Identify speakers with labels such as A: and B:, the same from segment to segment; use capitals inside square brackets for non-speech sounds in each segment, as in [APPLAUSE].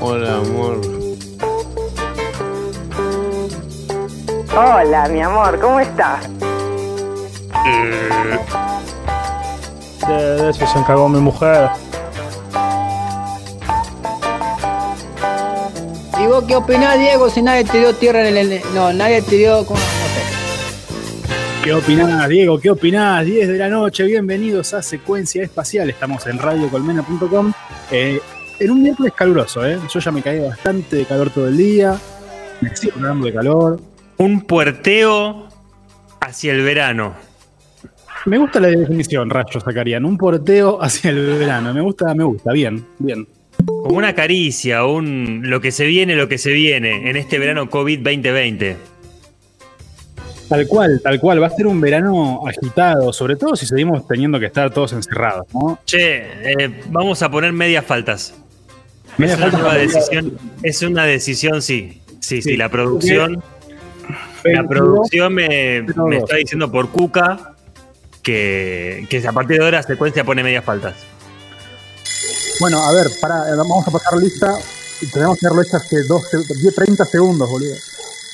A: Hola, amor.
B: Hola, mi amor, ¿cómo estás?
C: De, de eso se encargó mi mujer.
D: ¿Y vos qué opinás, Diego, si nadie te dio tierra en el... No, nadie te dio... como- No
C: ¿Qué opinás, Diego? ¿Qué opinás? 10 de la noche, bienvenidos a Secuencia Espacial. Estamos en radiocolmena.com. eh, en un miércoles caluroso, ¿eh? Yo ya me caí bastante de calor todo el día. Me sigo dando de calor.
E: Un puerteo hacia el verano.
C: Me gusta la definición, Rayo sacarían. Un porteo hacia el verano. Me gusta, me gusta. Bien, bien.
E: Como una caricia, un lo que se viene, lo que se viene en este verano COVID-2020.
C: Tal cual, tal cual. Va a ser un verano agitado, sobre todo si seguimos teniendo que estar todos encerrados, ¿no?
E: Che, eh, vamos a poner medias faltas.
C: Media
E: es una
C: falta
E: nueva
C: para-
E: decisión. Es una decisión, sí. Sí, sí,
C: Sí.
E: la producción, la
C: 22,
E: producción me,
C: pero
E: me
C: dos.
E: está diciendo por Cuca que, que a partir de ahora secuencia pone medias faltas.
C: Bueno, a ver, pará, eh, vamos a pasar lista. Tenemos que hacerlo hecho hace 12, 10, 30 segundos, boludo.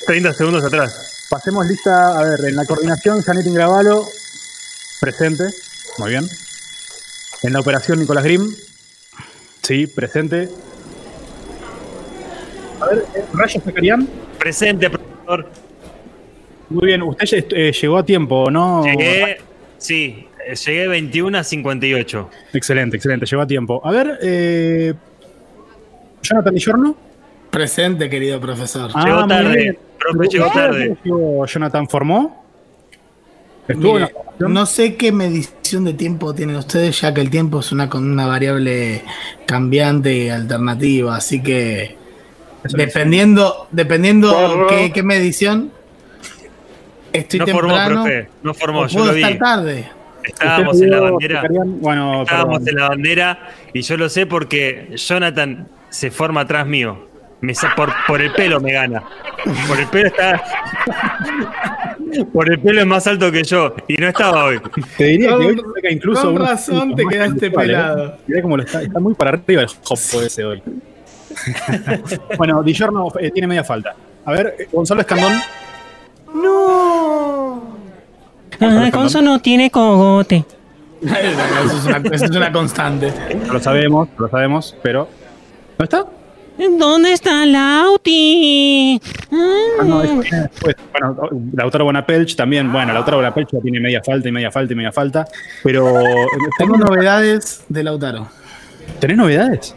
E: 30 segundos atrás.
C: Pasemos lista, a ver, en la coordinación, Janet Ingravalo, presente, muy bien. En la operación, Nicolás Grimm, sí, presente. A ver, eh, Rayo Zacarián,
E: Presente, profesor.
C: muy bien, usted ya est- eh, llegó a tiempo, ¿no?
E: Llegué, sí, eh, llegué 21 a 58.
C: Excelente, excelente, llegó a tiempo. A ver, eh, Jonathan Liorno.
F: Presente, querido profesor.
C: Ah,
E: Llegó
C: muy bien.
E: tarde, profe, llegó tarde.
C: Llegó Jonathan formó. Estuvo en
F: Mire,
C: la formación.
F: no sé qué medición de tiempo tienen ustedes, ya que el tiempo es una, con una variable cambiante y alternativa, así que
C: Eso es.
F: dependiendo, dependiendo
A: Porro.
F: qué, qué medición, estoy
E: No formó,
F: temprano
E: profe, no formó,
F: o
E: yo
F: puedo
E: lo vi.
C: [LAUGHS]
F: estar tarde.
E: Estábamos
C: Usted
E: en la
C: pidió,
E: bandera.
C: Zacarián, Bueno,
E: Estábamos
C: perdón.
E: en la bandera y yo lo sé porque Jonathan se forma atrás mío. Me sa- por, por el pelo me gana. Por el pelo está. [LAUGHS] Por el pelo es más alto que yo y no estaba hoy.
C: Te diría
F: Con-
C: que hoy saca incluso
F: con
C: unos
F: razón
C: puntos
F: te
C: más
F: quedaste
C: intelectuales, ¿eh?
F: pelado.
C: Mirá cómo lo está, está muy para arriba el hopo ese
F: [LAUGHS]
C: hoy. bueno, Dillorno eh, tiene media falta. A ver, eh, Gonzalo Escandón. Gonzalo
G: Ajá,
C: Escandón,
G: Conso no tiene cogote.
F: Eso es una, eso es una constante.
C: [LAUGHS] Lo sabemos, lo sabemos, pero. ¿No está?
G: ¿Dónde está Lauti?
C: Ah, no, es- eh, pues, bueno, Lautaro Bonapelch también. Bueno, Lautaro Bonapelch ya tiene media falta y media falta y media falta. Pero.
F: Tengo novedades de Lautaro.
C: ¿Tenés novedades?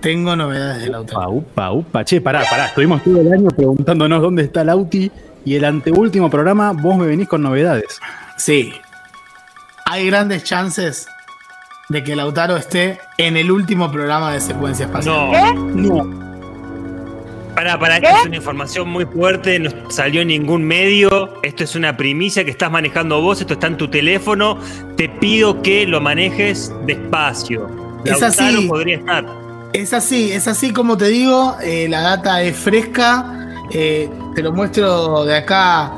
F: Tengo novedades de Lautaro.
C: Upa, upa, upa. Che, pará, pará. Estuvimos todo el año preguntándonos dónde está Lauti y el anteúltimo programa vos me venís con novedades.
F: Sí. Hay grandes chances de que Lautaro esté en el último programa de secuencia espacial.
E: No.
C: No.
E: Pará, pará, esta es una información muy fuerte, no salió en ningún medio. Esto es una primicia que estás manejando vos, esto está en tu teléfono. Te pido que lo manejes despacio.
F: Es
E: Lautaro
F: así.
E: podría estar.
F: Es así, es así como te digo, eh, la data es fresca. eh, te lo muestro de acá,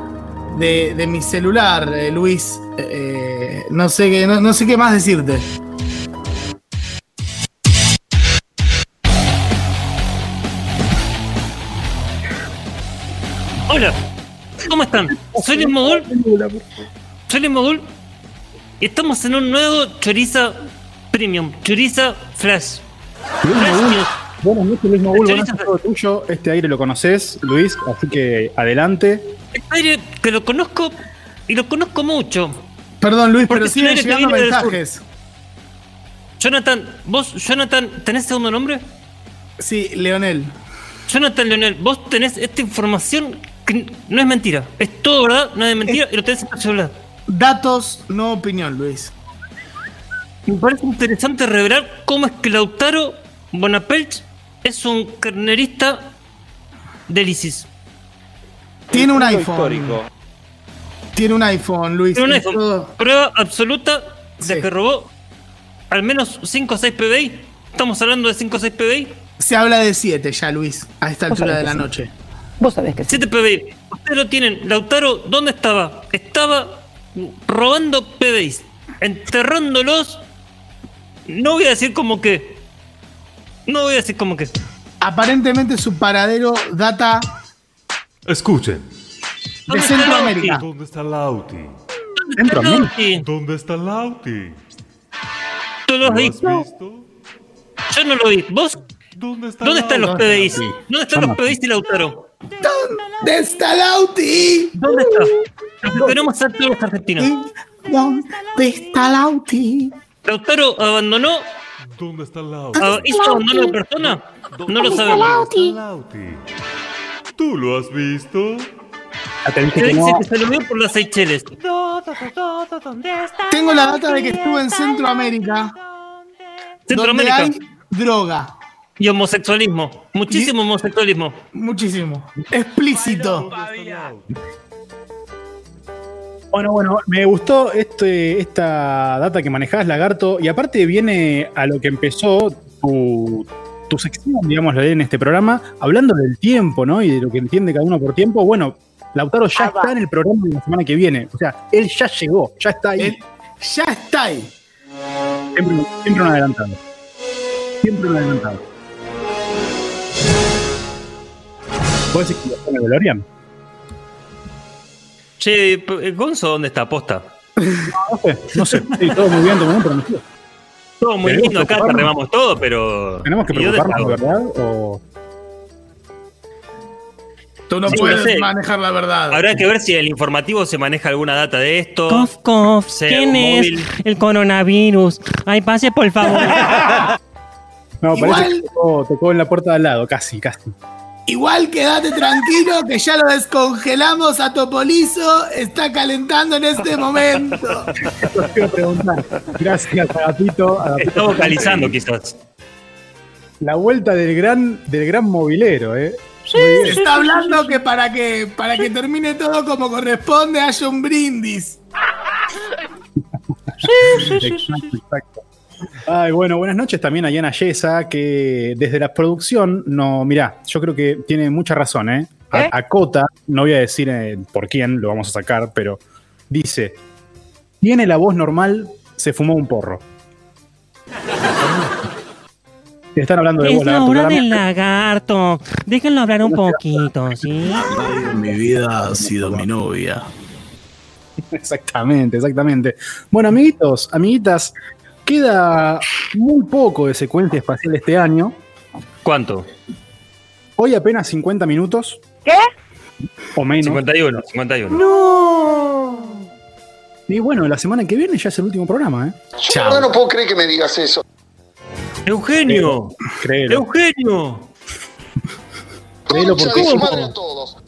F: de, de mi celular, eh, Luis. Eh, no, sé qué, no, no sé qué más decirte.
E: Hola, ¿cómo están? Soy Luis Mogul. Soy Luis Mogul. Y estamos en un nuevo Choriza Premium, Choriza Flash.
C: Luis Mogul. Buenas noches, Luis Mogul.
E: Chorizo.
C: Buenas noches, todo tuyo. Este aire lo conoces, Luis, así que adelante.
E: El aire que lo conozco y lo conozco mucho.
F: Perdón, Luis,
E: Porque
F: pero
E: es un
F: siguen
E: aire que
F: llegando
E: viene del sur.
F: mensajes.
E: Jonathan, vos, Jonathan, ¿tenés segundo nombre?
F: Sí, Leonel.
E: Jonathan Leonel, vos tenés esta información que n- no es mentira. Es todo verdad, no es mentira y lo tenés en tu celular.
F: Datos, no opinión, Luis.
E: Me parece interesante revelar cómo es que Lautaro Bonapelch es un carnerista del ISIS.
F: Tiene un
A: Punto
F: iPhone.
A: histórico.
F: Tiene un iPhone, Luis.
E: Tiene un
F: Es
E: iPhone.
F: todo-
E: Prueba absoluta de
F: Sí.
E: que robó al menos 5 o 6 PBI. Estamos hablando de 5 o 6 PBI.
F: Se habla de 7 ya, Luis, a esta altura de la noche.
D: Vos sabés que sí.
E: 7 PBI. Ustedes lo tienen. Lautaro, ¿dónde estaba? Estaba robando PBIs. Enterrándolos. No voy a decir como que. No voy a decir como que.
F: Aparentemente su paradero data
A: Escuchen.
F: de
E: ¿Dónde está
F: Centroamérica.
A: ¿Dónde está Lauti?
C: Dentro de mí.
E: Lauti?
A: ¿Dónde está Lauti?
E: ¿Tú lo
A: ¿Lo
E: has
A: has
E: visto?
A: visto?
E: Yo no lo vi. ¿Vos?
A: ¿Dónde está
E: ¿Dónde están los
A: Lauti?
E: PDIs? ¿Dónde están los
C: Vamos.
E: PDIs y Lautaro?
F: ¿Dónde está Lauti?
E: ¿Dónde está? Los queremos a todos los argentinos.
F: ¿Dónde está Lauti?
E: ¿Lautaro abandonó?
A: ¿Dónde está Lauti?
E: ah, ¿Hizo abandono de persona? No lo sabemos.
A: ¿Dónde está Lauti? ¿Tú lo has visto?
C: Ya te dije
E: Se
C: que
E: dice
C: no.
E: que se lo vio por las Seychelles.
F: Tengo la data de que estuve en Centroamérica. Donde
E: Centroamérica.
F: hay droga.
E: Y homosexualismo. Muchísimo homosexualismo.
F: Muchísimo. Explícito.
C: Bueno, bueno, me gustó este, esta data que manejás, Lagarto, y aparte viene a lo que empezó tu, tu sección, digamos, la de en este programa, hablando del tiempo, ¿no? Y de lo que entiende cada uno por tiempo. Bueno, Lautaro ya
B: Ah, va.
C: está en el programa de la semana que viene. O sea, él ya llegó, ya está ahí.
F: Él Eh, ya está ahí.
C: Siempre, siempre un adelantado. Siempre un adelantado. ¿Vos decís que lo pone DeLorean?
E: Che, p- Gonzo, ¿dónde está? Posta.
C: No sé, no sé. Sí, todo muy bien, todo muy bien, pero no sé.
E: Todo muy
C: Tenemos
E: lindo
C: que
E: acá, te
C: ocuparnos.
E: remamos todo, pero.
C: Tenemos que
E: ¿y dónde
C: preocuparnos,
E: está?
C: ¿verdad? O...
F: Tú no
E: Sí,
F: puedes
E: lo sé.
F: manejar la verdad.
E: Habrá que ver si en el informativo se maneja alguna data de esto.
G: Cof, cof.
E: Sí,
G: ¿Quién
E: un
G: es?
E: móvil.
G: El coronavirus. Ay, pase,
C: [LAUGHS]
G: por favor.
C: No,
F: Igual-
C: parece que tocó, tocó en la puerta de al lado, casi, casi.
F: Igual quédate tranquilo que ya lo descongelamos a Topolizo. Está calentando en este momento.
C: Eso te iba a preguntar. Gracias a Gatito. a Gatito.
E: Está vocalizando, quizás.
C: La vuelta del gran, del gran mobilero, ¿eh?
F: Se está hablando que para que para que termine todo como corresponde haya un brindis.
C: Exacto, exacto. Ay, bueno, buenas noches también a Yana Yesa, que desde la producción, no, mirá, yo creo que tiene mucha razón, ¿eh? A,
B: ¿Eh?
C: a Cota, no voy a decir eh, por quién lo vamos a sacar, pero dice: Tiene la voz normal, se fumó un
G: [LAUGHS]
C: porro. Te están hablando de
G: es
C: vos,
G: la
C: Lagarto,
G: hora
C: claramente.
G: del lagarto. Déjenlo hablar un poquito, ¿sí?
H: Mi vida ha sido mi novia.
C: [LAUGHS] Exactamente, exactamente. Bueno, amiguitos, amiguitas, queda muy poco de secuencia espacial este año.
E: ¿Cuánto?
C: Hoy apenas 50 minutos
B: ¿Qué?
C: o menos.
E: 51, 51.
C: Y bueno, la semana que viene ya es el último programa, ¿eh?
I: Yo la verdad no puedo creer que me digas eso.
E: Eugenio,
C: Créelo.
E: Eugenio.
C: Créelo
I: Concha
C: por
I: de su
C: cómo.
I: madre a todos.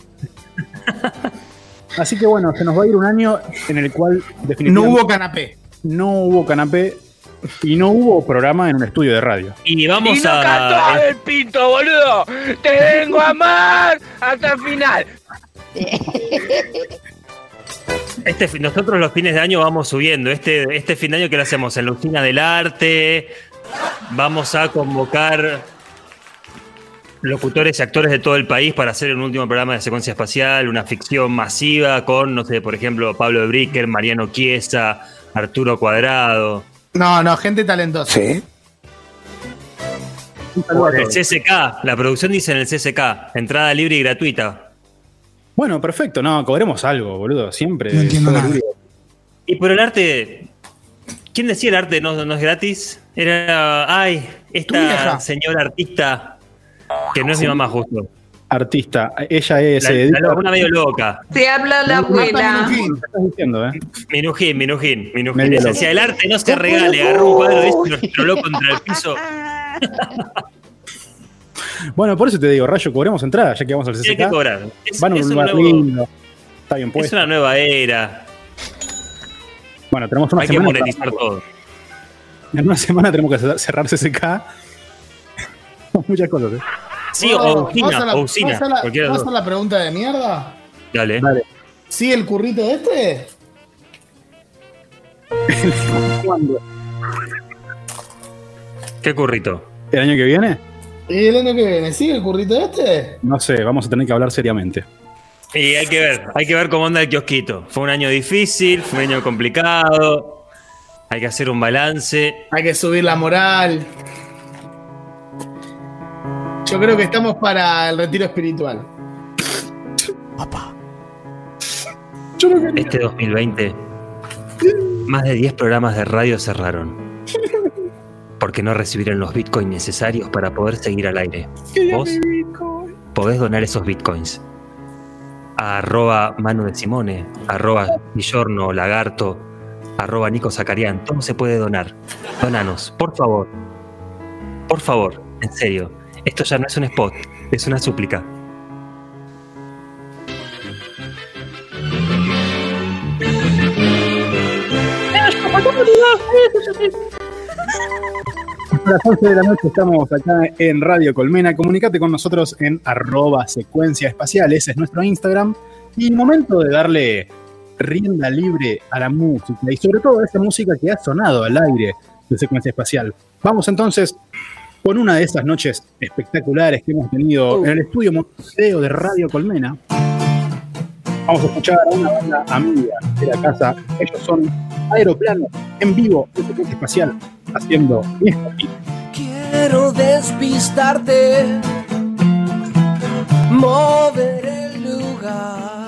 C: Así que bueno, se nos va a ir un año en el cual
F: No
C: definitivamente
F: hubo canapé.
C: no hubo, canapé y no hubo programa en un estudio de radio.
E: Y vamos a.
J: el pinto, boludo. Te vengo a amar hasta el final.
E: [LAUGHS] Este, fin- nosotros los fines de año vamos subiendo. Este, este fin de año, ¿qué lo hacemos? En la Usina del Arte. Vamos a convocar locutores y actores de todo el país para hacer un último programa de secuencia espacial, una ficción masiva con, no sé, por ejemplo, Pablo de Bricker, Mariano Chiesa, Arturo Cuadrado,
F: No, no, gente talentosa.
C: Un saludo a
E: el
C: todos.
E: CSK. La producción dice en el CSK, entrada libre y gratuita.
C: Bueno, perfecto, no, cobremos algo, boludo, siempre.
F: No entiendo
C: Todo el
F: nada.
C: día.
E: Y por el arte, ¿quién decía el arte no, no es gratis? Era, ay,
F: Tu
E: esta
F: vieja.
E: señora artista que no es mi mamá justo.
C: Artista, ella es.
E: La,
C: eh,
E: la
C: dedica-
E: locura medio loca.
K: Te habla la abuela.
C: ¿Qué estás diciendo, eh?
E: Minujín, Minujín, Minujín.
C: Medio
E: La
C: loca.
E: esencia del arte no se regale. Agarró un cuadro de eso y lo tiró contra el piso.
C: Bueno, por eso te digo, Rayo, cobremos entrada, ya que vamos al
E: Tiene que
C: CCK.
E: cobrar. Es,
C: Van a un
E: es un
C: lugar
E: nuevo-
C: lindo. Está bien
E: es
C: puesto.
E: una nueva era.
C: Bueno, tenemos una
E: Hay que
C: semana. para-
E: monetizar todo.
C: En una semana tenemos que cerrar- cerrar CCK. [LAUGHS] Muchas cosas, ¿eh?
E: Sí,
F: Vos-
E: o
F: vos a
E: usina,
F: la-
E: o usina.
F: vos a la-
E: cualquiera de
F: vos
E: los
F: a
E: dos.
F: la pregunta de mierda?
E: Dale.
F: ¿Sigue el currito este?
C: [LAUGHS] ¿Cuándo?
E: ¿Qué currito?
C: ¿El año que viene?
F: ¿Y el año que viene? ¿Sigue el currito este?
C: No sé, vamos a tener que hablar seriamente.
E: Y hay que ver, hay que ver cómo anda el kiosquito. Fue un año difícil, fue un año complicado. Hay que hacer un balance.
F: Hay que subir la moral. Yo creo que estamos para el retiro espiritual.
E: Este 2020, más de 10 programas de radio cerraron. Porque no recibieron los bitcoins necesarios para poder seguir al aire. Vos podés donar esos bitcoins. A arroba Manu de Simone, arroba Guillorno Lagarto, arroba Nico Zacarián. Todo se puede donar. Donanos, por favor. Por favor, en serio. Esto ya no es un spot, es una súplica.
C: A las 11 de la noche estamos acá en Radio Colmena. Comunicate con nosotros en arroba secuencia espacial, ese es nuestro Instagram. Y momento de darle rienda libre a la música y sobre todo a esa música que ha sonado al aire de secuencia espacial. Vamos entonces con una de esas noches espectaculares que hemos tenido en el estudio museo de Radio Colmena. Vamos a escuchar a una banda amiga de la casa. Ellos son Aeroplano en vivo de secuencia espacial haciendo esto.
L: Quiero despistarte, mover el lugar.